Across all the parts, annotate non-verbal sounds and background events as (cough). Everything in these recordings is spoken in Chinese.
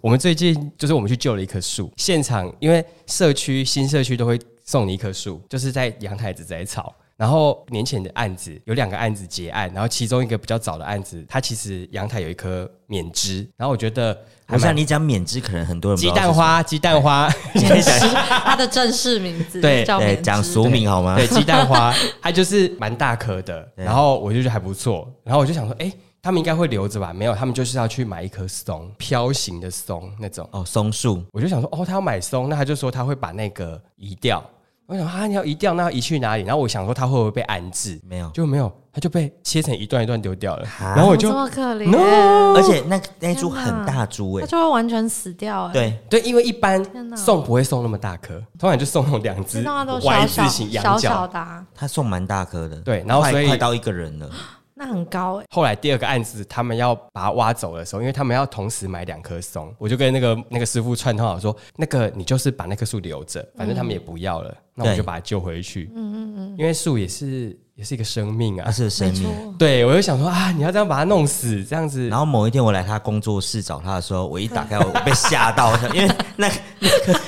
我们最近就是我们去救了一棵树，现场因为社区新社区都会送你一棵树，就是在阳台子摘草。然后年前的案子有两个案子结案，然后其中一个比较早的案子，它其实阳台有一棵缅栀，然后我觉得还我蛮想你讲免治，可能很多人不鸡知道蛋花，鸡蛋花， (laughs) 缅栀，它的正式名字对是叫什么，缅对，栀讲俗名好吗对，？鸡蛋花，它就是蛮大颗的，然后我就觉得还不错，然后我就想说，哎、他们应该会留着吧？没有，他们就是要去买一棵松，飘形的松那种。哦，松树，我就想说，哦，他要买松，那他就说他会把那个移掉。我想啊，你要移掉，那要移去哪里？然后我想说他会不会被安置？没有就没有，他就被切成一段一段丢掉了。哈然后我哦这就么可怜 no，而且那那一株很大株它哎，就会完全死掉、哎，对，对，因为一般天哪送不会送那么大颗，通常就送那种两只知道它都 Y 小字小形羊小小角。的、啊，它送蛮大颗的，对然后所快以啊快到一个人了，那很高哎、后来第二个案子，他们要把它挖走的时候，因为他们要同时买两棵松，我就跟那个那个师傅串通好说，那个你就是把那棵树留着，反正他们也不要了，那我对就把它救回去。嗯嗯嗯，因为树也是也是一个生命它啊。是生命。对，我就想说啊，你要这样把它弄死，这样子然后某一天我来他工作室找他的时候，我一打 (laughs) 开我被吓到，因为那 (laughs)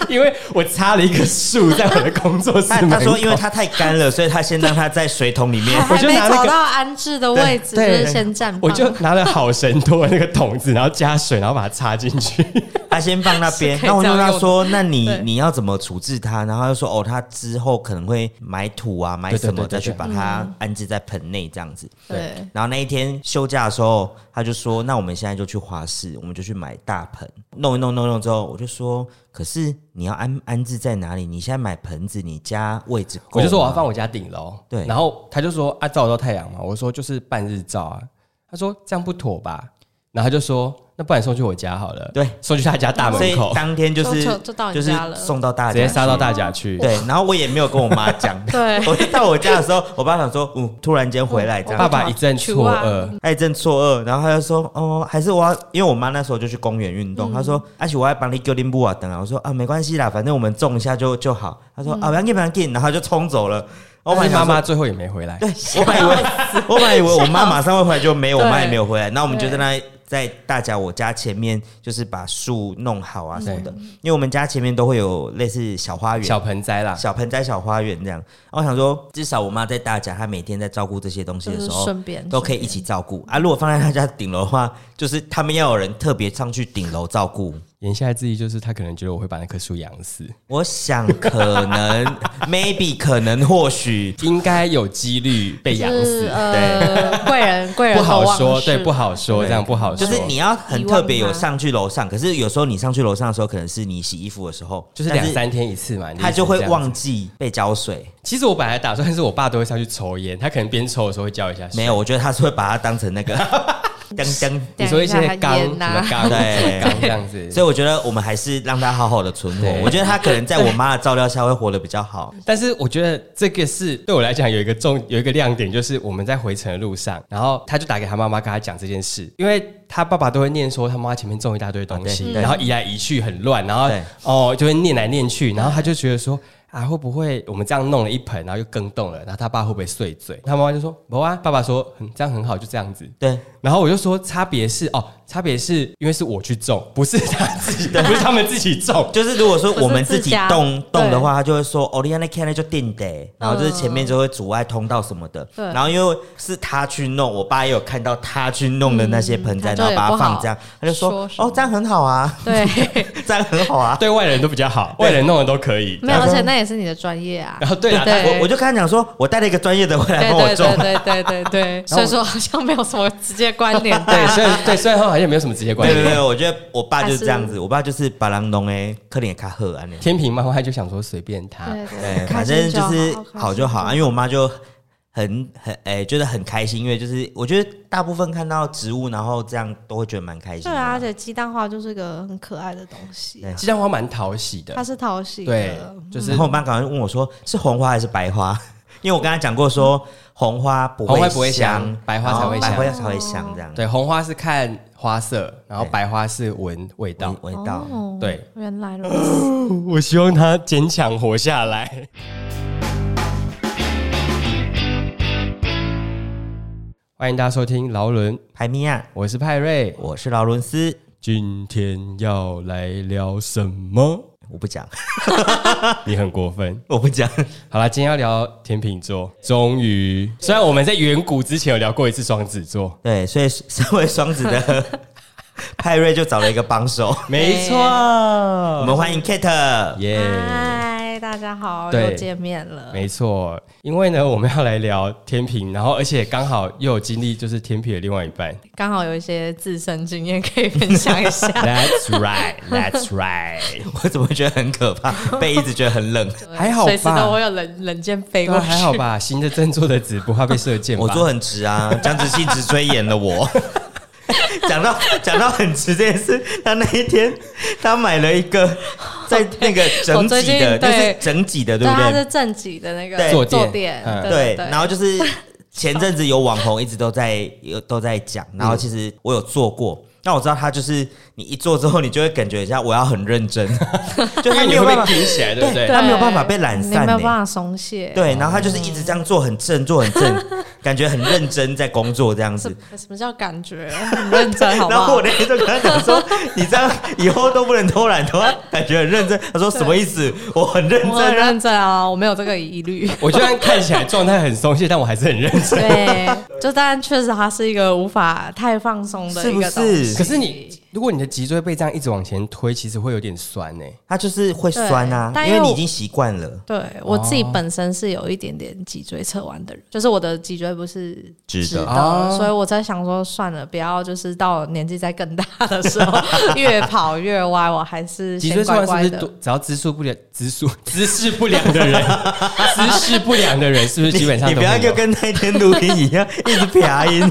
因为我插了一棵树在我的工作室他门口他说因为它太干了，所以他先让它在水桶里面还 (laughs) 我就没拿那个找到安置的位置，对就是先绽放。我就拿了好神多的那个桶子，然后加水，然后把它插进去。他先放那边，是可以那我就这问样他用的说：“那你对你要怎么处置它？”然后他就说：“哦，他之后可能会买土啊，买对对什么对对再去对把它嗯安置在盆内这样子。”对，然后那一天休假的时候，他就说：“那我们现在就去花市，我们就去买大盆弄一弄弄一弄之后，我就说：可是你要安安置在哪里？你现在买盆子，你家位置够 (laughs) 我吗？”就说我要放我家顶楼，对然后他就说啊，照得到太阳嘛，我说就是半日照啊，他说这样不妥吧，然后他就说那不然送去我家好了，对送去他家大所以门口，当天就是就就就到你是家了送到大直接家杀到去大家去，对，然后我也没有跟我妈讲。 (laughs) 对我一到我家的时候，我爸想说，嗯，突然间回来这样爸爸一阵错哇愕，他一阵错愕，然后他就说：“哦，还是我要，因为我妈那时候就去公园运嗯动。她说：‘而且我要帮你丢丁布啊，等啊。’我说：‘啊，没关系啦，反正我们种一下就就好。’她嗯说：‘啊，不要紧，不要紧。’然后就冲走了。我但本是来妈想说妈， (laughs) 最后也没回来，对我本来以为，我本来以为我妈马上会回来，就没有，我对妈也没有回来。然后我们就在对那在大家我家前面，就是把树弄好啊什么的，嗯因为我们家前面都会有类似小花园，小盆栽啦，小盆栽、小花园这样。然后我想说，至少我妈在大家，她每天在照顾这些东西的时就是候，顺便都可以一起照顾啊。如果放在她家顶楼的话，就是他们要有人特别上去顶楼照顾。言下之意就是他可能觉得我会把那棵树养死，我想可 (laughs) 能，maybe 可能或许。应该有几率被养就死，是呃，贵 (laughs) 人贵人不好都忘说，事对，不好说，对这样不好就说，是你要很特别有上去楼上，可是有时候你上去楼上的时候，可能是你洗衣服的时候，就是但两三天一次嘛，你他一直就会这样子忘记被浇水。其实我本来打算是我爸都会上去抽烟，他可能边抽的时候会叫一下。没有，，我觉得他是会把它当成 (laughs) 那个噔噔你说一啊些缸什点一下烟呐么缸对缸这样子。所以我觉得我们还是让他好好的存活对。我觉得他可能在我妈的照料下会活得比较好。但是我觉得这个是对我来讲有一个重有一个亮点，就是我们在回程的路上，然后他就打给他妈妈跟他讲这件事，因为他爸爸都会念说他妈妈前面种一大堆东啊西，对对然后移来移去很乱，然后对哦就会念来念去，然后他就觉得说。啊，会不会我们这样弄了一盆，然后又更动了，然后他爸会不会碎嘴？他妈妈就说不啊，爸爸说嗯这样很好，就这样子。对，然后我就说差别是哦，差别 (laughs) 是因为是我去种，不是他自己，不是他们自己种。就是如果说我们自己动不是自家动的对嗯话，他就会说哦，你那 can 就定的，然后就是前面就会阻碍通道什么的。对然后因为是他去弄，我爸也有看到他去弄的那些盆栽，嗯然后把它放这样，他就他就也不好说说什么哦，这样很好 (laughs) 啊， (laughs) 对，这样很好啊。对外人都比较好，外人弄的都可以。没有，而且那也是你的专业啊。然后对啊，。对我我就跟他讲说，我带了一个专业的回来对帮我对种对，对对对对，所以说好像没有什么直接关联 (laughs) 对，但虽然对虽然说好像没有什么直接关 (laughs) 对对系对，，我觉得我爸就是这样还子，我爸就是把狼农哎，克林卡赫安尼。天平妈妈就想说随便他，对对，对，反正就是好好就好啊，因为为我妈就很很哎、觉得很开心，因为就是我觉得大部分看到植物，然后这样都会觉得蛮开心对的啊，而且鸡蛋花就是个很可爱的东西啊对，鸡蛋花蛮讨喜它的，是嗯讨喜对的，，就是然后我妈赶快问我说是红花还是白花， (laughs) 因为我跟她讲过说红花不红花会不会香白花才然后会白香花才会香这样。对红花是看花色，然后白花是闻味道。味味道，哦对，原来如此。我希望他坚强活下来。欢迎大家收听劳伦，排米亚，我是派瑞，我是劳伦斯，今天要来聊什么？我不讲，你很过分。我不讲，好啦，今天要聊天秤座，终于，虽然我们在远古之前有聊过一次双子座，对，所以身为双子的派瑞就找了一个帮手，没错，我们欢迎 Kate。耶、嗨，大家好，对又见面了。没错，因为呢，我们要来聊天平，然后而且刚好又有经历，就是天平的另外一半。。刚好有一些自身经验可以分享一 (laughs) 下 That's right, that's right。我怎么觉得很可怕？被一直觉得很冷。还好吧随时都会有冷冷箭飞过都啊去。还好 (laughs) 吧，行的正坐的直，不怕被射箭吧。我做很直啊，江直系直追演了我。 (laughs) 讲到讲到很直这件事，他那一天他买了一个在那个整脊的，我最近就对是整脊的，对 (laughs) 对，啊不他是对？正己的那个对坐坐垫垫嗯，对，对。然后就是前阵子有网红一直都在有都在讲，然后其实我有做过。那我知道他就是你一做之后，你就会感觉一下我要很认真， (laughs) 就因为他没你有会办被法拼起来，对不对？对他没有办法被懒散你没有呢办法松懈。，对，然后他就是一直这样做很正，做很正， (laughs) 感觉很认真在工作这样什子。什么叫感觉？ (laughs) 很认真，好不 (laughs) 然后好我？那天就跟他讲说：“你这样以后都不能偷懒，偷懒感觉很认真。”他说：“什么意思？我很认我很真啊认真啊，我没有这个疑虑。我就算看起来状态很松懈，但我还是很认真。对，就但确实它是一个无法太放松的是一不个东西。是可是你，如果你的脊椎被这样一直往前推，其实会有点酸欸呢、他就是会酸啊，对但因为因为你我已经习惯了。对我自己本身是有一点点脊椎侧弯的人，就是我的脊椎不是直直的的，哦所以我在想说，算了，不要就是到年纪再更大的 (laughs) 时候越跑越歪，我还是脊先椎酸是乖不乖是的。多？只要姿势不良、姿 (laughs) 势姿势不良的人，姿势不良的人是不是你基本上你都不会要就有跟那天录音一样，一直啪 (laughs) 音。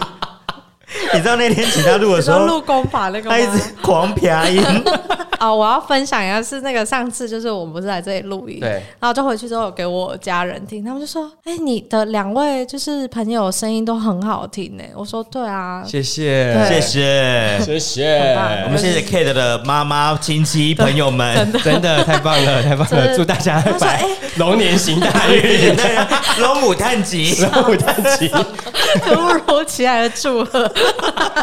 你知道那天请他录的你时说候，录功法那个他一直吗？狂啪音。 (laughs) 啊、我要分享一下，是那个上次就是我们不是来这里录音，对，然后就回去之后有给我家人听，他们就说：“哎、你的两位就是朋友声音都很好听呢。”我说：“对啊， (laughs) 谢谢，谢谢，谢谢我们谢谢 Kate 的妈妈、亲戚、朋友们。真的太棒了，太棒真了！的祝大家说哎百龙年行大运， (laughs) (laughs) 对啊，龙母探吉。龙虎大 (laughs) 吉，突如其来的祝贺， (laughs)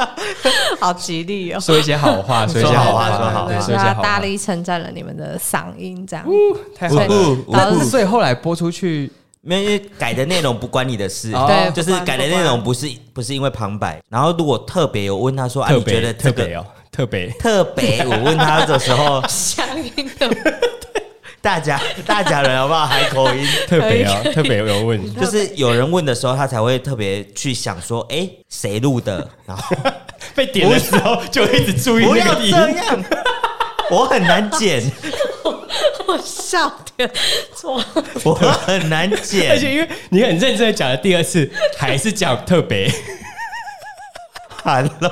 好吉利哦！说一些好话，说一些好话，说好 (laughs) 话对说好话说一些他好大话。力称赞了你们的嗓音，这样 (laughs) 太好呜了呼！但呜呼所以后来播出去，没有，因为改的内容不关你的事，哦对，就是改的内容不是不是因为旁白。然后如果特别，我问他说，啊，特你觉别得特这个别哦，特别特别，我问他的时候 (laughs) 相应的大家大家人好不好？海口音，特别哦， (laughs) 特别有问题。就是有人问的时候，他才会特别去想说，哎，谁录的？然后被点的时候就一直注意不那要个这音，样，我很难剪， (laughs) 我笑点错，我很难而剪，且因为你很认真的讲了第二次，还是讲特别。喊喽。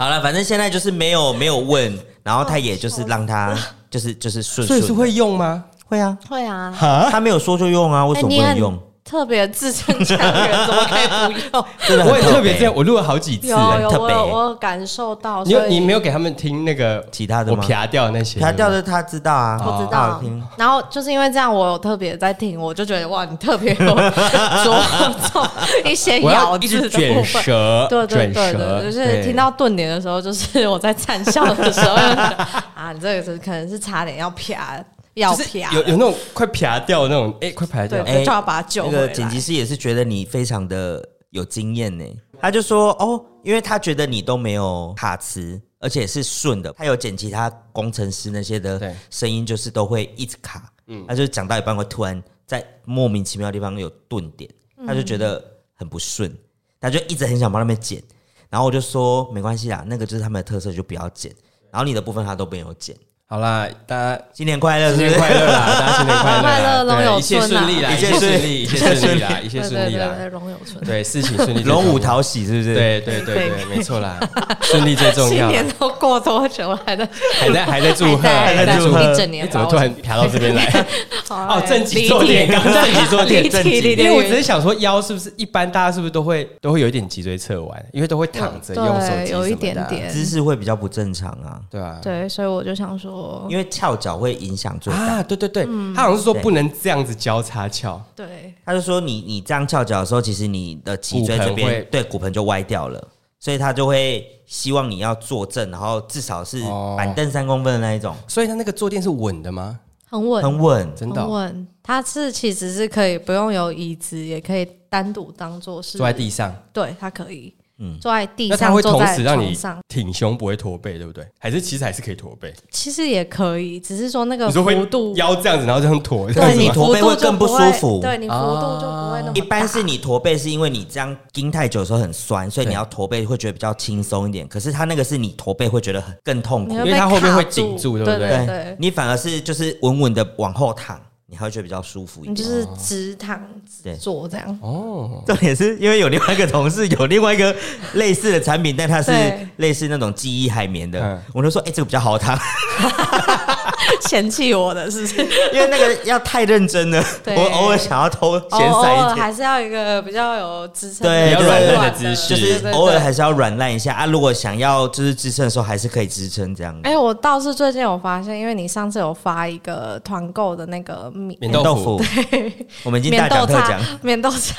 好了，反正现在就是没有没有问，然后他也就是让他就是就是顺所以顺是的，会用吗？会啊，会啊。啊， (laughs) 他没有说就用啊，为什哎么你不能很用？特别自称强人，怎么可以不用？真的 (laughs) 我也特别别这样，我录了好几次有。有，特我别有我有感受到，你有所你以没有给他们听那个其他的我吗？啪掉那些，啪掉的他知道啊，不知他有道听。然后就是因为这样，我有特别在听，我就觉得哇，你特别有着重一些我要咬一字直的部卷分。舌，对对卷对舌，对，就是听到顿点的时候，就是我在灿笑的时候，就觉得啊，你这个是可能是差点要啪，要就是啪，有有那种快啪掉的那种，哎，快啪掉对，，哎就要把它救那回个来。剪辑师也是觉得你非常的有经验呢，他就说哦，因为他觉得你都没有卡词，而且是顺的。他有剪其他工程师那些对嗯的声音，就是都会一直卡，他就讲到一半会突然在莫名其妙的地方有顿点，嗯他就觉得很不顺，他就一直很想帮他们剪。然后我就说没关系啦，那个就是他们的特色，就不要剪。然后你的部分他都没有剪。好啦，大家。新年快乐，是新不年是？快乐啦！大家新年快乐啦，快乐龙对有一切春啊顺利啦，一一切切顺顺利，利一切顺利啦，一切对顺对利对啦对，。龙有存，对，事情顺利，龙舞。讨喜，是不是？，对对对对，没错啦，顺利最重新要。年都过多久了，还在还 (laughs) 在还在祝贺，还还在在祝贺一整年你吧？怎么突然爬到这边 (laughs) 来？哦哦，正极坐垫，刚刚正极坐垫，正极。因为我只是想说，腰是不是一般大家是不是都会都会有一点脊椎侧弯，因为都会躺着用手对机，有一什么点的啊，点，姿势会比较不正常啊，对啊，对，所以我就想说，因为翘脚会影响最大。啊，对对对，嗯他好像是说不能这样子交叉翘，对，他就说你你这样翘脚的时候，其实你的脊椎这骨盆会边对骨盆就歪掉了，所以他就会希望你要坐正，然后至少是哦板凳三公分的那一种，所以它那个坐垫是稳的吗？很稳，很稳。真的很哦、稳。它是其实是可以不用有椅子，也可以单独当做是坐在地上，对，它可以，嗯坐在地那它上，会坐同在时让床你上，挺胸，不会驼背，对不对？还是其实还是可以驼背？其实也可以，只是说那个你说会幅度，腰这样子，然后这样驼，这样但子是吗你驼背幅度会就更不不舒会服啊对你幅度就不会那么大。一般是你驼背是因为你这样盯太久的时候很酸，所以你对要驼背会觉得比较轻松一点。可是他那个是你驼背会觉得很更痛苦你，会被因为它后面会卡顶住对对不对对你反而是就是稳稳的往后躺，你还会觉得比较舒服一你就点。是直躺直对坐这样，哦，重点是因为有另外一个同事有另外一个类似的产品，但它是对类似那种记忆海绵的嗯，我就说哎、这个比较好躺， (laughs) 嫌弃我的是不是？ (laughs) 因为那个要太认真了，对我偶尔想要偷闲偶偶散一尔点。还是要一个比较有支撑对力、比较软烂的姿势就还对对是对偶尔还对是要软烂一下啊！如果想要就是支撑的时候，还是可以支撑这样。哎、我倒是最近有发现，因为你上次有发一个团购的那个米免豆腐， (laughs) 我们已经大免讲豆 (laughs) 特茶讲，，免豆茶，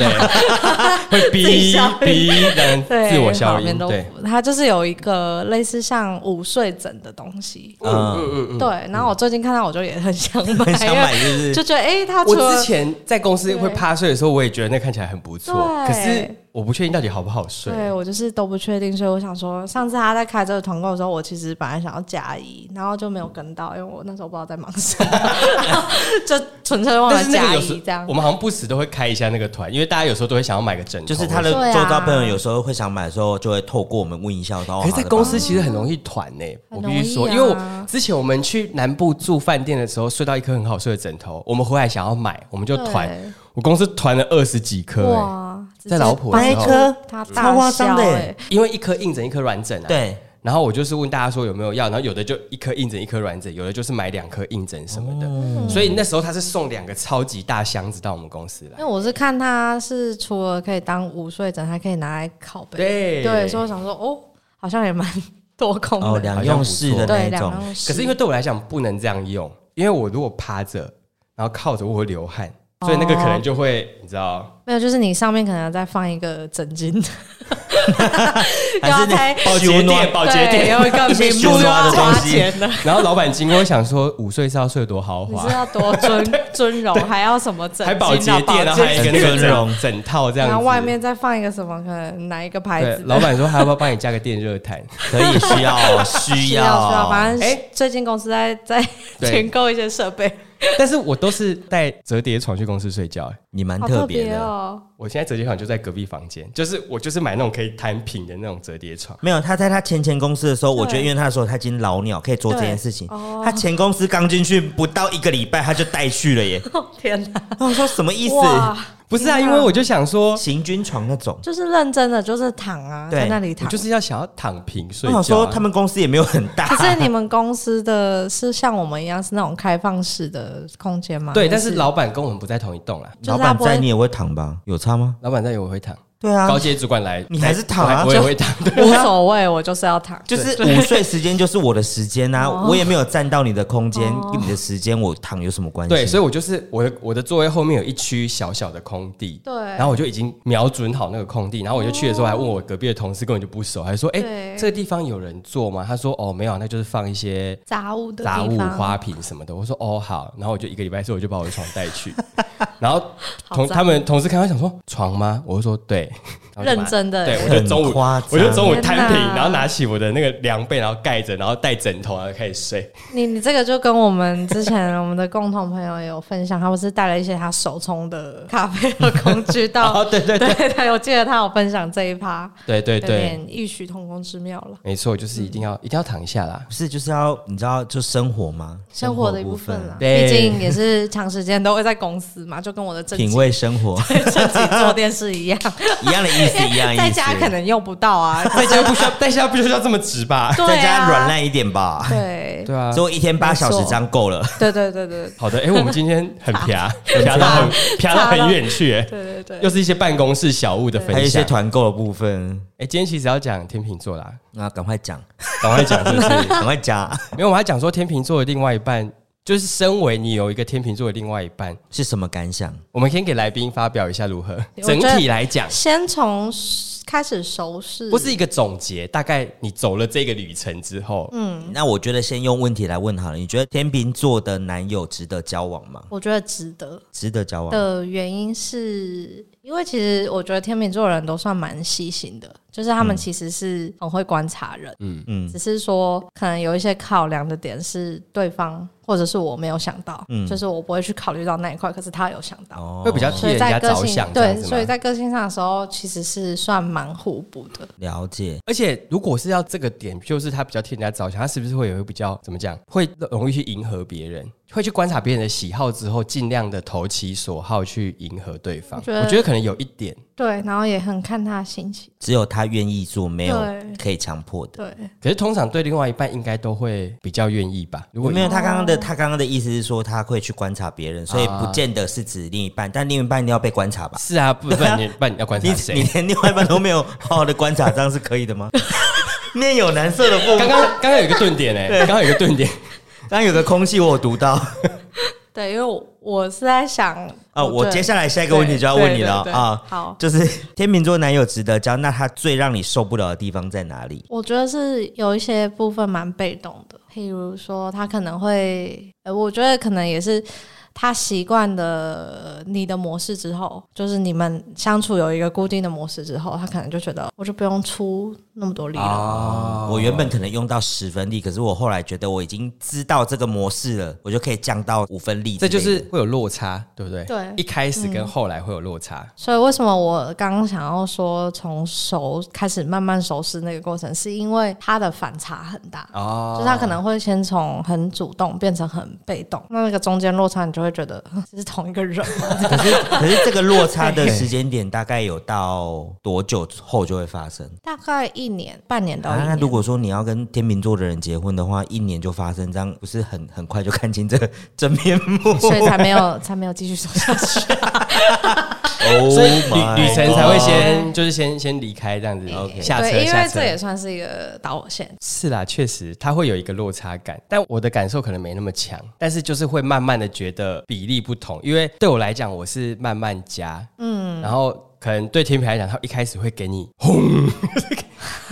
对， (laughs) 会自己逼消音 (laughs) 逼的对，自我效好应棉，豆对，腐，它就是有一个类似像午睡枕的东西。嗯嗯嗯嗯。对，然后我最近看到，我就也很 (laughs) 想买，很想买，是不因为是？就觉得哎、诶它除我了之前在公司会趴睡的时候，我也觉得那看起来很不错，对可是我不确定到底好不好睡。对我就是都不确定，所以我想说，上次他在开这个团购的时候，我其实本来想要加一，然后就没有跟到，因为我那时候不知道在忙什么，就纯粹忘但了是那加个有一时这样我。们好像不时都会开一下那个团，因为大家有时候都会想要买个枕头，就是他的对啊周遭朋友有时候会想买的时候，就会透过我哦们问一下，然后可是，哎在公司其实很容易团呢、很我容易啊必须说，因为我之前我们去南部住饭店的时候，睡到一颗很好睡的枕头，我们回来想要买，我们就团对，我公司团了二十几颗、欸，哇，在老婆买的一时候，颗他哎超夸张欸的耶，因为一颗硬枕一颗软枕啊，。对，然后我就是问大家说有没有要，然后有的就一颗硬枕一颗软枕，有的就是买两颗硬枕什么的，所以那时候他是送两个超级大箱子到我们公司来因为。我是看他是除了可以当午睡枕，还可以拿来靠背。对对，所以我想说，哦，好像也蛮多空的。哦，两用式的那对，一两种，样可是因为对我来讲不能这样用，因为我如果趴着，然后靠着我会流汗，哦所以那个可能就会、你知道。没有，就是你上面可能要再放一个枕巾，还是 (laughs) 要拆那修诺保对，有一个一些名目修刷要的东花西钱的。然后老板经过想说，午睡是要睡得多豪你华是，要多尊尊荣，还要什么枕巾 (laughs) 啊？还保洁店，然后还有一个那个整容整整套这样然后子。外面再放一个什么，可能哪一个牌对子的？老板说，还要不要帮你加个电热 (laughs) 毯？可以需要需需要需要，要，反正哎最近公司在在对选购一些设备，但是我都是带折叠床去公司睡觉、欸你蛮好特特别别的。哦。 (laughs) 我现在折叠床就在隔壁房间，就是我就是买那种可以摊平的那种折叠床。没有，他在他前前公司的时候，我觉得对因为他说他已经老鸟，可以做这件事情对哦。他前公司刚进去不到一个礼拜，他就带去了耶。 (laughs) 天哪，啊我说什么意思？哇，不是啊，天因哪为我就想说，行军床那种。就是认真的，就是躺啊，对在那里我躺。就是要想要躺平睡我觉啊、想哦说他们公司也没有很 (laughs) 大，可是你们公司的是像我们一样是那种开放式的空间吗？对，但是老板跟我们不在同一栋啦。就是老他板不会在你也会躺吧？有差吗？老板在，我会躺。对啊高，阶主管来，哎你还是躺啊我也会 (laughs) 躺。对 (laughs) 无所谓，我就是要躺。就是午睡时间就是我的时间呐、哦我也没有占到你的空间，哦跟你的时间我躺有什么关系？对，所以我就是我的我的座位后面有一区小小的空地，对然后我就已经瞄准好那个空地，然后我就去的时候还问我隔壁的同事，根本就不熟，还说：“哎、对这个地方有人坐吗？”他说：“哦，没有，那就是放一些杂物的杂物地、方花瓶什么的。”我说：“哦，好。”然后我就一个礼拜之后，我就把我的床带 (laughs) 去，然后好同赞他们同事看到想说：“床吗？”我就说：“对。”然后就把认真的，对，我就中很午夸张我就中午摊平天，哪然后拿起我的那个凉被，然后盖着，然后带枕头，然后开始睡。你你这个就跟我们之前我们的共同朋友也有分享，他不是带了一些他手冲的咖啡和工具到 (laughs) 哦，，对对对对对，我记得他有分享这一趴，对对有对，点异曲同工之妙了。没错，就是一定嗯要一定要躺一下啦。不是就是要你知道就生活吗？生活的一部分啦，对毕竟也是长时间都会在公司嘛，就跟我的正品味生活 (laughs) 自己做电视一样，一样的意思， (laughs) 一样的意思。在家可能用不到 (laughs) 啊，在家不需要，在家不需要这么直吧？对啊在家软烂一点吧，对对啊所以我一天八小时这样够了。对对对对好的，哎、我们今天很 (laughs) 啪，啪到很啪到很远去、哎，对对又对，是一些办公室小物的分还有一享些。团购的部分，哎、今天其实要讲天秤座啦，那赶快 (laughs) 讲，赶快讲是不是？赶快讲 (laughs) 没有，我们还讲说天秤座的另外一半，就是身为你有一个天秤座的另外一半，是什么感想？我们先给来宾发表一下如何？我觉整得体来讲，先从开始熟识，不是一个总结，大概你走了这个旅程之后，嗯那我觉得先用问题来问好了，你觉得天秤座的男友值得交往吗？我觉得值得值得交往，的原因是。因为其实我觉得天秤座人都算蛮细心的，就是他嗯们其实是很会观察人，嗯只是说可能有一些考量的点是对方或者是我没有想到，嗯就是我不会去考虑到那一块，可是他有想到，哦会比较所替以人在家个着性想，这样对，子吗哦所以在个性上的时候其实是算蛮互补的。了解，而且，如果是要这个点，就是他比较替人家着想，他是不是会有一个比较怎么讲，会容易去迎合别人，会去观察别人的喜好之后，尽量的投其所好去迎合对方。我觉得我觉得可能有一点，对，然后也很看他心情。只有他愿意做，没有对可以强迫的。对，可是通常对另外一半应该都会比较愿意吧？如果没有，他刚哦刚的他刚刚的意思是说他会去观察别人，所啊以不见得是指另一半，但另一半一定要被观察吧？是啊，不然你不然你要观你察你谁？连另外一半都没有好好的观察，这样是可以 (laughs) 的吗？面有难色的部分，刚刚刚刚刚有一个顿点哎、刚刚有一个顿点，刚有个空气我有读到对，因为我我是在想，啊，我觉得接下来下一个问题就要问你了对对对啊，好，就是天秤座男友值得交，那他最让你受不了的地方在哪里？我觉得是有一些部分蛮被动的，譬如说他可能会，呃我觉得可能也是。他习惯的你的模式之后，就是你们相处有一个固定的模式之后，他可能就觉得我就不用出那么多力了。啊哦哦我原本可能用到十分力，可是我后来觉得我已经知道这个模式了，我就可以降到五分力之这类就的。是会有落差，对不对？对一开始跟后来会有落差。所以为什么我刚刚想要说从熟开始慢慢熟识那个过程，是因为它的反差很大。哦就是他可能会先从很主动变成很被动，那那个中间落差，你就会觉得哼这是同一个人 (laughs) 吗。可是 (laughs) 可是这个落差的时间点大概有到多久后就会发生？大概一年、半 (laughs) 年到一啊，年。那如果说你要跟天秤座的人结婚的话，一年就发生，这样不是很很快就看清这个真面目？ (laughs) 所以才没 (laughs) 有才没有继续走下去。Oh 哦所以旅旅程才会先就是先先离开这样子，下车对，因下为车这。也算是一个导火线。是啦，确实它会有一个落差感，但我的感受可能没那么强，但是就是会慢慢的觉得比例不同，因为对我来讲我是慢慢加，嗯，然后可能对天平来讲，他一开始会给你轰， (laughs)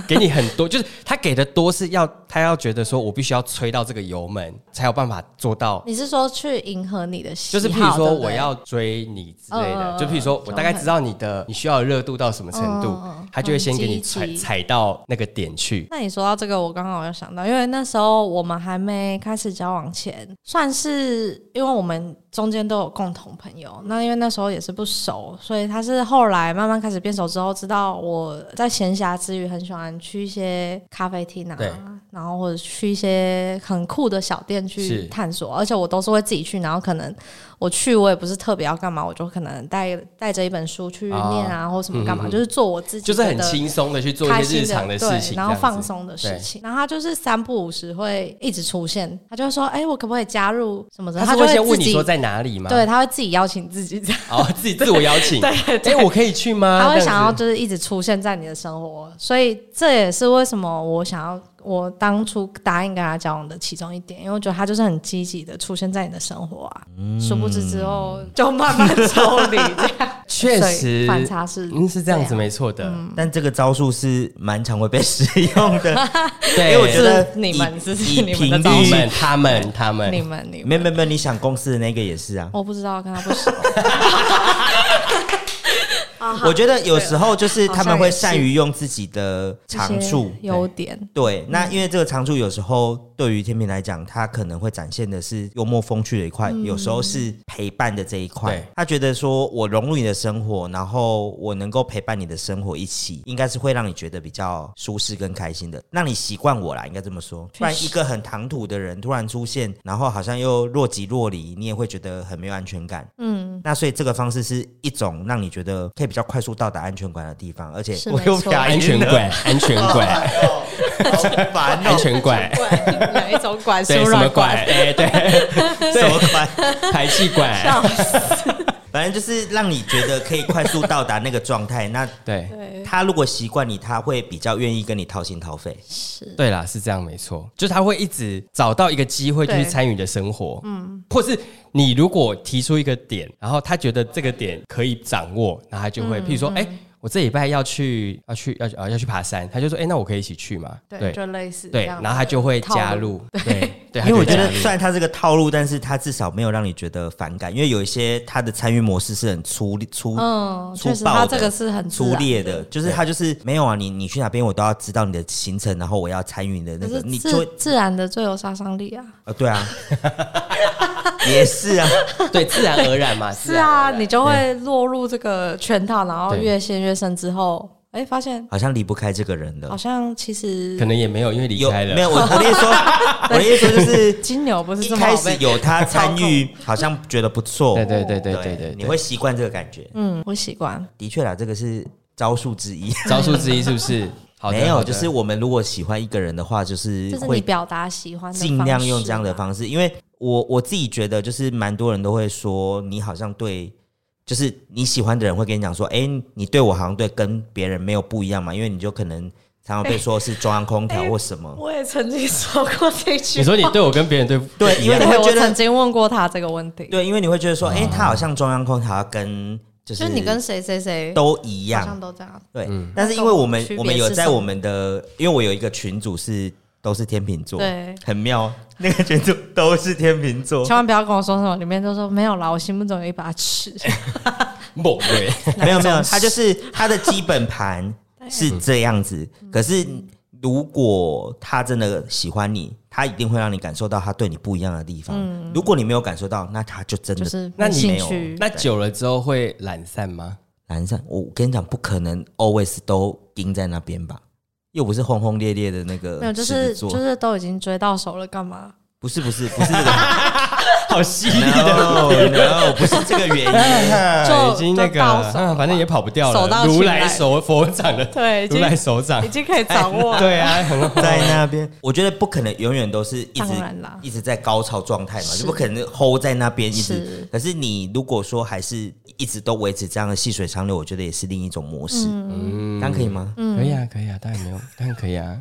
给你很多，就是他给的多是要他要觉得说我必须要吹到这个油门才有办法做到。你是说去迎合你的喜就是好？譬如说对不对我要追你之类嗯嗯的，嗯就譬如说我大概知道你的你需要的热度到什么程度嗯嗯嗯，他就会先给你很积踩极踩到那个点去。那你说到这个，我刚刚有想到，因为那时候我们还没开始交往前，算是因为我们中间都有共同朋友，那因为那时候也是不熟，所以他是后来慢慢开始变熟之后，知道我在闲暇之余很喜欢去一些咖啡厅啊对，然后或者去一些很酷的小店是去探索，而且我都是会自己去，然后可能我去我也不是特别要干嘛，我就可能带带着一本书去念啊，或什么干嘛，就是做我自己嗯就是很觉得轻松的去做开一心些日常的事对情，然后这样子放。松的事情。然后他就是三不五时会一直出现，他就会说：“哎、我可不可以加入什么什么？”他他是就会会先问自你己说在哪里吗？对，，他会自己邀请自己 (laughs) 这样，哦，自己自我邀 (laughs) 请。对，哎，我可以去吗？他这会样想要子就是一直出现在你的生活，所以这也是为什么我想要我当初答应跟他交往的其中一点，因为我觉得他就是很积极的出现在你的生活啊，嗯殊不知之后就慢慢 (laughs) 抽离这样，确所实以反差是嗯，是这样子，对啊没错的。但这个招数是蛮常会被使用的， (laughs) 因对，为我觉得是你们是以你以们的频他率们、他们、他你们，们你没有们没有没有，你想公司的那个也是啊。我不知道跟他不 (laughs) 熟，我觉得有时候就是好他们像会也是善于用自己的长这些处，优点。对，嗯那因为这个长处有时候对于天平来讲，他可能会展现的是幽默风趣的一块，有时嗯候是陪伴的这一块对。他觉得说我融入你的生活，然后我能够陪伴你的生活一起，应该是会让你觉得比较舒适跟开心的，让你习惯我啦，应该这么说。不然一个很唐突的人突然出现，然后好像又若即若离，你也会觉得很没有安全感。 (laughs) 嗯，那所以这个方式是一种让你觉得可以比较快速到达安全感的地方，而且是我没又错牙安龈全了，管， (laughs) 安全管， (laughs) 好烦哦、安全管， (laughs) 管哪一种 (laughs) 管？对，输什么管？卵管？哎， (laughs) 对， (laughs) 什么烦？排气管， (laughs) 反正就是让你觉得可以快速到达那个状态。那对，对，他如果习惯你，他会比较愿意跟你掏心掏肺。是对啦，是这样没错，就是他会一直找到一个机会，就对去参与你的生活，嗯，或是嗯你如果提出一个点，然后他觉得这个点可以掌握，那他就会，譬如说，哎、我这礼拜要去要去要去啊要去爬山，他就说，哎、那我可以一起去嘛？对，就类似对，这样然后他就会套路加入， (laughs) 对对，他因为我就会觉加得入虽然它是个套路，但是它至少没有让你觉得反感，因为有一些它的参与模式是很粗粗嗯，粗确实，暴他的这个是很自粗然劣的，就是它就是没有啊，你你去哪边我都要知道你的行程，然后我要参与你的那可个，是你就会自自然的最有杀伤力啊！啊对 (laughs) 啊，也是啊，对自然而然 (laughs) 嘛，是自然而啊，然你就会落入这个圈套，然后对越陷越深之后，哎、发现好像离不开这个人好了。像其实可能也没有，因为离有开了，没有？我我的意思 (laughs) 说，我的意思说就是金牛不是一这么开好始被。有他参与，好像觉得不错，对对对对对对，你会习惯这个感觉。嗯，我习惯。的确啦，这个是招数之一。招 (laughs) 数之一是不是？好的没好有，的就是我们如果喜欢一个人的话，就是这是你会表达喜欢的方式啊，尽量用这样的方式，因为我我自己觉得，就是蛮多人都会说，你好像对，就是你喜欢的人会跟你讲说，哎、你对我好像对跟别人没有不一样嘛，因为你就可能常常被说是中央空调 (laughs) 或什么。我也曾经说过这句你说你对我跟别人对对不一因为样你会觉我得曾经问过他这个问题，对，因为你会觉得说，哎、他好像中央空调跟就就是是你跟谁谁谁都一好样，像都这样，对，但是因为我们那种我们区别有是在什么我们的，因为我有一个群主是都是天秤座，对，很妙，哦 (laughs) 那个群主都是天秤 (laughs) 座千，万不要跟我说什么，里面都说没有啦，我心目中有一 (laughs) 把尺，嗯猛对，没有没有，他就是他的基本 (laughs) 盘是这样子，嗯可是如果他真的喜欢你，他一定会让你感受到他对你不一样的地方。如果你没有感受到，那他就真就的嗯是那没你兴没趣。那久了之后会懒散 (laughs) 吗？难上。我跟你讲，不可能 always 都盯在那边吧。又不是轰轰烈烈的那个呃没有，就狮是子座就是都已经追到手了，干嘛？不是不是不是这 (laughs) 个，好犀利 no no 不是这个原 (laughs) 因，已经那就个，到手了啊反正也跑不掉手了，到如擒来来手佛掌 (laughs) 的，对已如经来手掌已，经可以掌握了。 (laughs) 对啊，很好在那边，我觉得不可能永远都是一直当然啦一直在高潮状态嘛，是就不可能 hold 在那边一直是。可是你如果说还是一直都维持这样的细水长流，我觉得也是另一种模式，嗯这样可以吗？可以啊，可以啊，当然没有，当然可以 (laughs) 啊，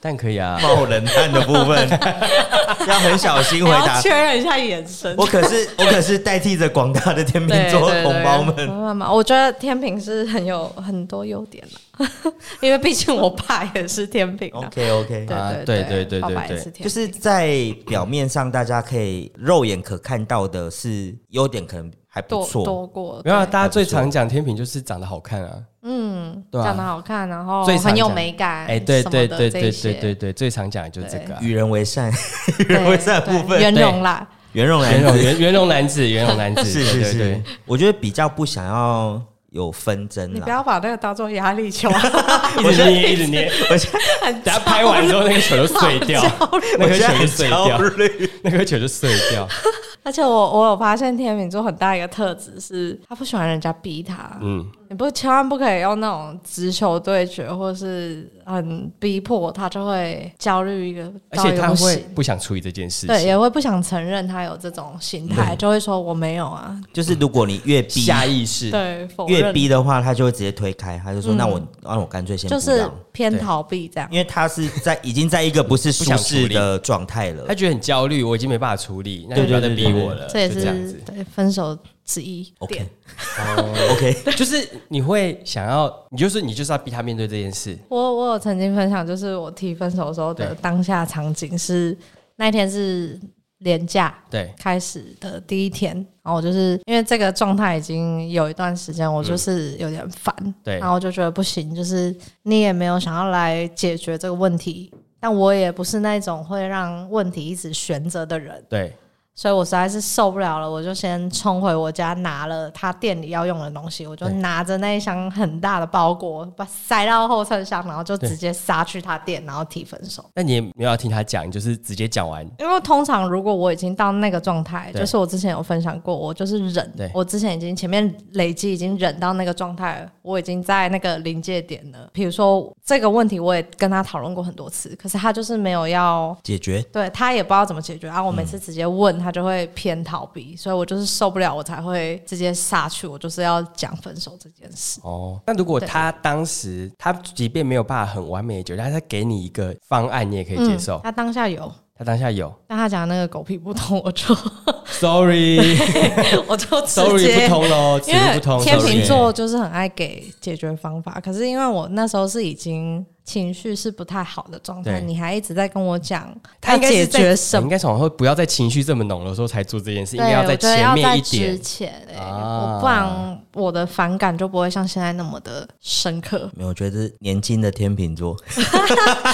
但可以啊，爆冷汗的部分 (laughs) 要很小心我回要答。确认一下眼 (laughs) 神。我可是我可是代替着广大的天对秤对座对同胞没们，办法，我觉得天平是很有很多优点的， (laughs) 因为毕竟我爸也是天平啊。 OK OK，啊对对对对对爸爸对也是天平，就是在表面上大家可以肉眼可看到的是优点，可能还不多错。多过， (laughs) 没有啊，对大家最常讲天平就是长得好看啊，嗯，对啊长得好看，然后最常很有讲美感，哎，对什么对的对这对些对对对，最常讲的就是这个啊，与人为 (laughs) 善，(laughs) 与对人为善的部对分，圆融啦，圆融圆人融圆圆融男子，圆融 (laughs) 男子，是对是对对是，我觉得比较不想要有纷争嗯你不啦。要把那个当做压力球，一直捏一直捏， (laughs) 我现在很 (laughs) 等下拍完之后那个球就碎 (laughs) 掉，那我颗现在球就很碎焦掉， (laughs) 虑，那颗球就碎掉， (laughs) 而且我我有发现天秤座很大一个特质是，他不喜欢人家逼他，嗯，你不千万不可以用那种直球对决，或是很逼迫他，就会焦虑一个而到一且个他不会行。不想处理这件事对，情，也会不想承认他有这种心态，就会说我没有啊，就是如果你越逼下意识，对，否认，越逼的话，他就会直接推开，他就说：“那我那我干脆先嗯就不是要。偏逃避这样”。因为他是在已经在一个不是舒适的状态了他。觉得很焦虑，我已经没办法处理，那你不要再逼我了，这也就这样是子。对分手之一 OK (laughs) 哦点。 OK，就是你会想要，你就是你就是要逼他面对这件事，我我有曾经分享，就是我提分手的时候的对当下场景是那一天是连假，对，开始的第一天，然后我就是因为这个状态已经有一段时间，我就是有点烦，嗯对然后我就觉得不行，就是你也没有想要来解决这个问题，但我也不是那种会让问题一直悬着的人，对，所以我实在是受不了了，我就先冲回我家拿了他店里要用的东西，我就对拿着那一箱很大的包裹，把塞到后车厢，然后就直接杀去他店，然后提分手。那你也没有要听他讲，你就是直接讲完，因为通常如果我已经到那个状态，对就是我之前有分享过，我就是对忍，我之前已经前面累积已经忍到那个状态了，我已经在那个临界点了。比如说这个问题，我也跟他讨论过很多次，可是他就是没有要。解决。对他也不知道怎么解决，然、啊后我每次直接问他就会偏逃避，所以我就是受不了，我才会直接杀去，我就是要讲分手这件事。哦，那如果他当时他即便没有办法很完美的解决，但是他给你一个方案，你也可以接受。他当下有，他当下有，但他讲的那个狗屁不通，我就 (laughs) ，sorry，sorry (laughs) 我就直接不通喽，此因路为不通。天 sorry 秤座就是很爱给解决方法，可是因为我那时候是已经情绪是不太好的状态，对你还一直在跟我讲他要应该解是在决什应么，该是往后不要在情绪这么浓的时候才做这件事，对，应该要我在觉得前要在面一之点。前、欸，啊我不然我的反感就不会像现在那么的深 (laughs) 刻没有，我觉得是年轻的天秤座，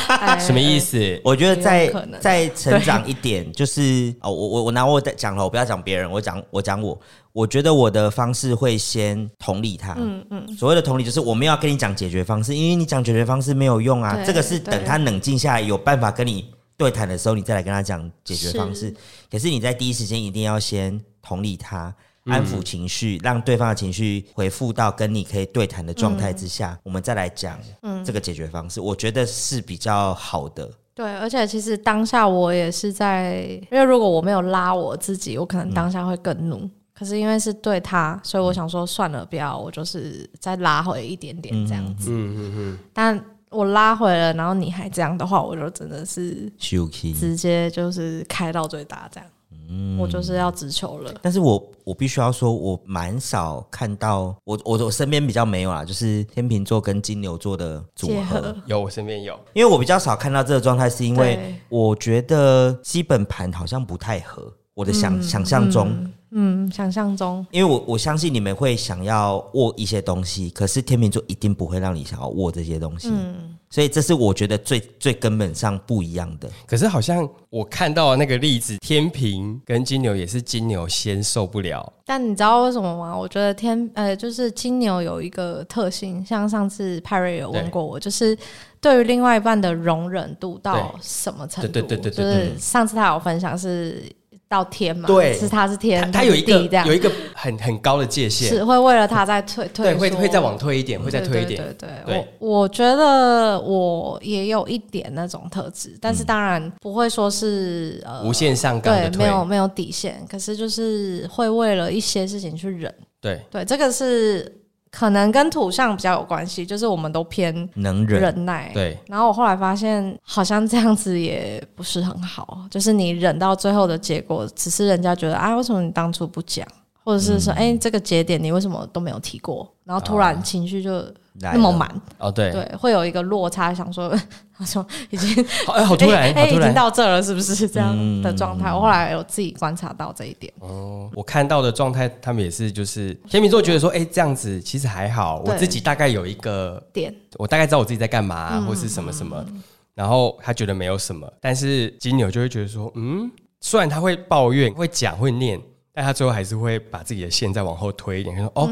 哎什么意？思？我觉得再有可 (laughs) 能再成长一点，就是哦，我我我拿我在讲了，我不要讲别人，我讲我讲我，我觉得我的方式会先同理他。嗯嗯，所谓的同理，就是我没有要跟你讲解决方式，因为你讲解决方式没有用啊。对这个是等他冷静下来，有办法跟你对谈的时候，你再来跟他讲解决方式是。可是你在第一时间一定要先同理他，安抚情绪，让对方的情绪回复到跟你可以对谈的状嗯态之下，我们再来讲这个解决方式。我觉得是比较好的。对，而且其实当下我也是在，因为如果我没有拉我自己，我可嗯能当下会更怒。可是因为是对他，所以我想说算了，不要，我就是再拉回一点点这样子。嗯嗯嗯，但我拉回了，然后你还这样的话，我就真的是 Shuki，直接就是开到最大这样。嗯我就是要直球了。但是我我必须要说，我蛮少看到我我我身边比较没有啦，就是天秤座跟金牛座的组结合合，有，我身边有。因为我比较少看到这个状态，是因为对我觉得基本盘好像不太合我的想、想象中，嗯，想象中因为我我相信你们会想要握一些东西，可是天秤座一定不会让你想要握这些东西，嗯所以这是我觉得最最根本上不一样的。可是好像我看到的那个例子，天平跟金牛也是金牛先受不了，但你知道为什么吗？我觉得天呃，就是金牛有一个特性，像上次派瑞有问过我，就是对于另外一半的容忍度到对什么程度？对对对对对就是上次他有分享是到天嘛，对是他是天，他他有一个是地这样有，一个很很高的界限，是会为了他再退退对，会缩会再往退一点，会再退一点，对对对对我我觉得我也有一点那种特质，但嗯是当然不会说是、呃无限上纲对的，没退。有没有底线，可是就是会为了一些事情去忍。对，对，这个是可能跟土象比较有关系，就是我们都偏能忍，忍耐。对，然后我后来发现，好像这样子也不是很好，就是你忍到最后的结果，只是人家觉得啊，为什么你当初不讲，或者嗯是说，哎、这个节点你为什么都没有提过？然后突然情绪就来那么了满，哦啊对，对，会有一个落差，想说，好像已经好哎，好突哎然，好哎突已然嗯经，到这了，是不是这样的状态？我后来有自己观察到这一点，哦，我看到的状态，他们也是就是天秤座觉得说，哎、这样子其实还好，我对自己大概有一个，点我大概知道我自己在干嘛、啊或是什么什么，然后他觉得没有什么，但是金牛就会觉得说，嗯，虽然他会抱怨、会讲、会念，但他最后还是会把自己的线再往后推一点，他说，哦，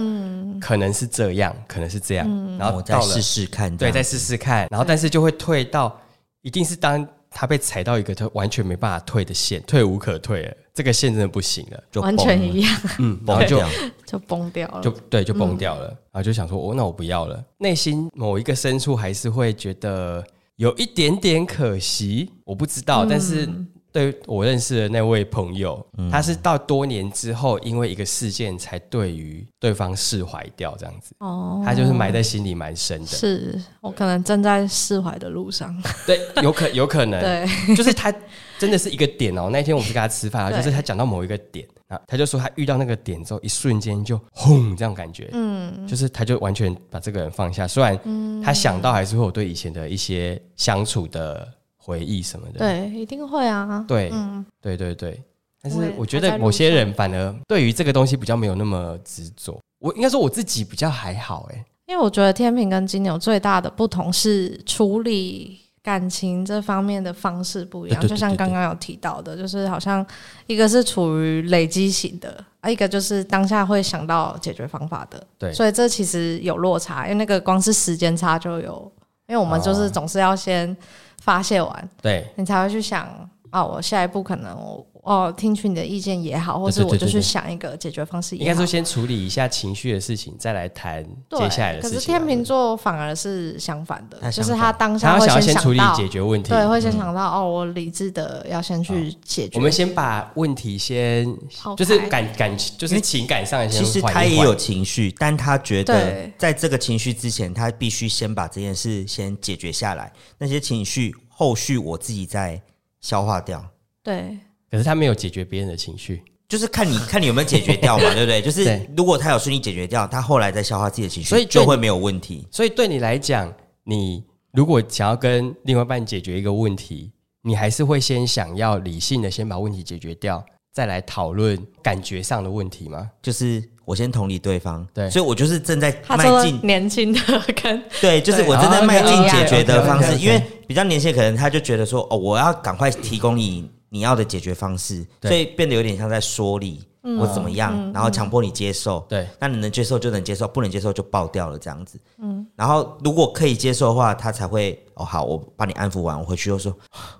可能是这样，可能是这样，然后我再到了试试看这对，样。再试试看，然后但是就会退到，一定是当他被踩到一个他完全没办法退的线，退无可退了，这个线真的不行了，就完崩全了一样，嗯，然崩后就掉。就崩掉了就。对，就嗯崩掉了，然后就想说，哦，那我不要了。内心某一个深处还是会觉得有一点点可惜，我不知嗯道，但是。对我认识的那位朋友，嗯他是到多年之后，因为一个事件才对于对方释怀掉，这样子，哦，他就是埋在心里蛮深 (laughs) 的。是我可能正在释怀的路上，对，有可有可能，对，就是他真的是一个点哦。那天我们去跟他吃饭 (laughs) 啊，对就是他讲到某一个点，然后他就说他遇到那个点之后，一瞬间就轰这样感觉，嗯，就是他就完全把这个人放下。虽然嗯他想到还是会有对以前的一些相处的回忆什么的，对，一定会啊，对嗯，对对对。但我是也我觉还得在路某些上人反而对于这个东西比较没有那么执着。我应该说我自己比较还好哎、因为我觉得天平跟金牛最大的不同是处理感情这方面的方式不一哎样，对对对就像刚刚有提到的，就是好像一个是处于累积型的，啊，一个就是当下会想到解决方法的，对所以这其实有落差，因为那个光是时间差就有，因为我们哦就是总是要先发泄完，对你才会去想啊，我下一步可能我哦听取你的意见也好，或是对对对我就对对去想一个解决方式应也该好说。先处理一下情绪的事情，再来谈对接下来的事可情啊。是天秤座反而是相反的，他就相是反他他当下要会想要先想处理到，解决问题，嗯对，会先想到、哦，我理智的要先去解决。我们先把问题先抛，就开是感感，就是情感上的先其实缓一他也缓有情绪，但他觉得对在这个情绪之前，他必须先把这件事先解决下来。那些情绪后续我自己再消化掉。对可是他没有解决别人的情绪，就是看 (laughs) 你看你有没有解决掉嘛，对不对？就是对如果他有顺利解决掉，他后来再消化自己的情绪，所以对就你会没有问题。所以对你来讲，你如果想要跟另外一半解决一个问题，你还是会先想要理性的先把问题解决掉，再来讨论感觉上的问题吗？就是我先同理对方，对所以我就是正在他迈说进，年轻的跟 (laughs) 对，就是对我正在迈进哦，OK，OK，OK，OK，OK，OK 解决的方式， OK，OK，OK 因为比较年轻，可能他就觉得说，哦，我要赶快提供你你要的解决方式，对嗯所以变得有点像在说理，我怎么样，然后强迫你接受，对，那你能接受就能接受，不能接受就爆掉了这样子。嗯，然后如果可以接受的话，他才会哦好，我把你安抚完，我回去又说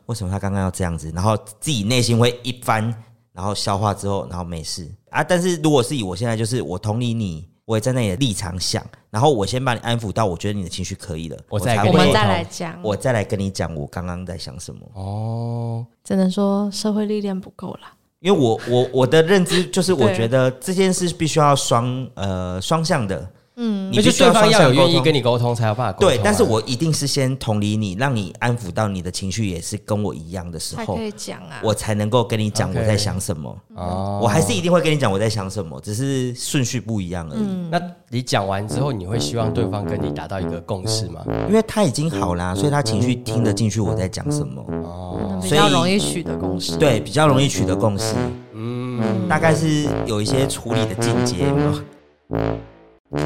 为什么他刚刚要这样子，然后自己内心会一翻，然后消化之后，然后没事啊。但是如果是以我现在就是我同理你。我也站在你的立场想，然后我先把你安抚到，我觉得你的情绪可以了，我再来才跟你我会们沟再通来讲，我再来跟你讲我刚刚在想什么。哦，只能说社会历练不够啦。因为我我我的认知就是，我对觉得这件事必须要双呃双向的，嗯，那就对方要有愿意跟你你沟通，才有办法沟通啊、对，但是我一定是先同理你，让你安抚到你的情绪也是跟我一样的时才候可，以讲啊。我才能够跟你讲 OK 我在想什么。哦，我还是一定会跟你讲我在想什么，只是顺序不一样而已。那你讲完之后，你会希望对方跟你达到一个共识吗？因为他已经好啦，嗯所以他情绪听得进去我在讲什么，哦可能比所以较容易取得共识。对，比较容易取得共识。嗯，大概是有一些处理的进阶有没有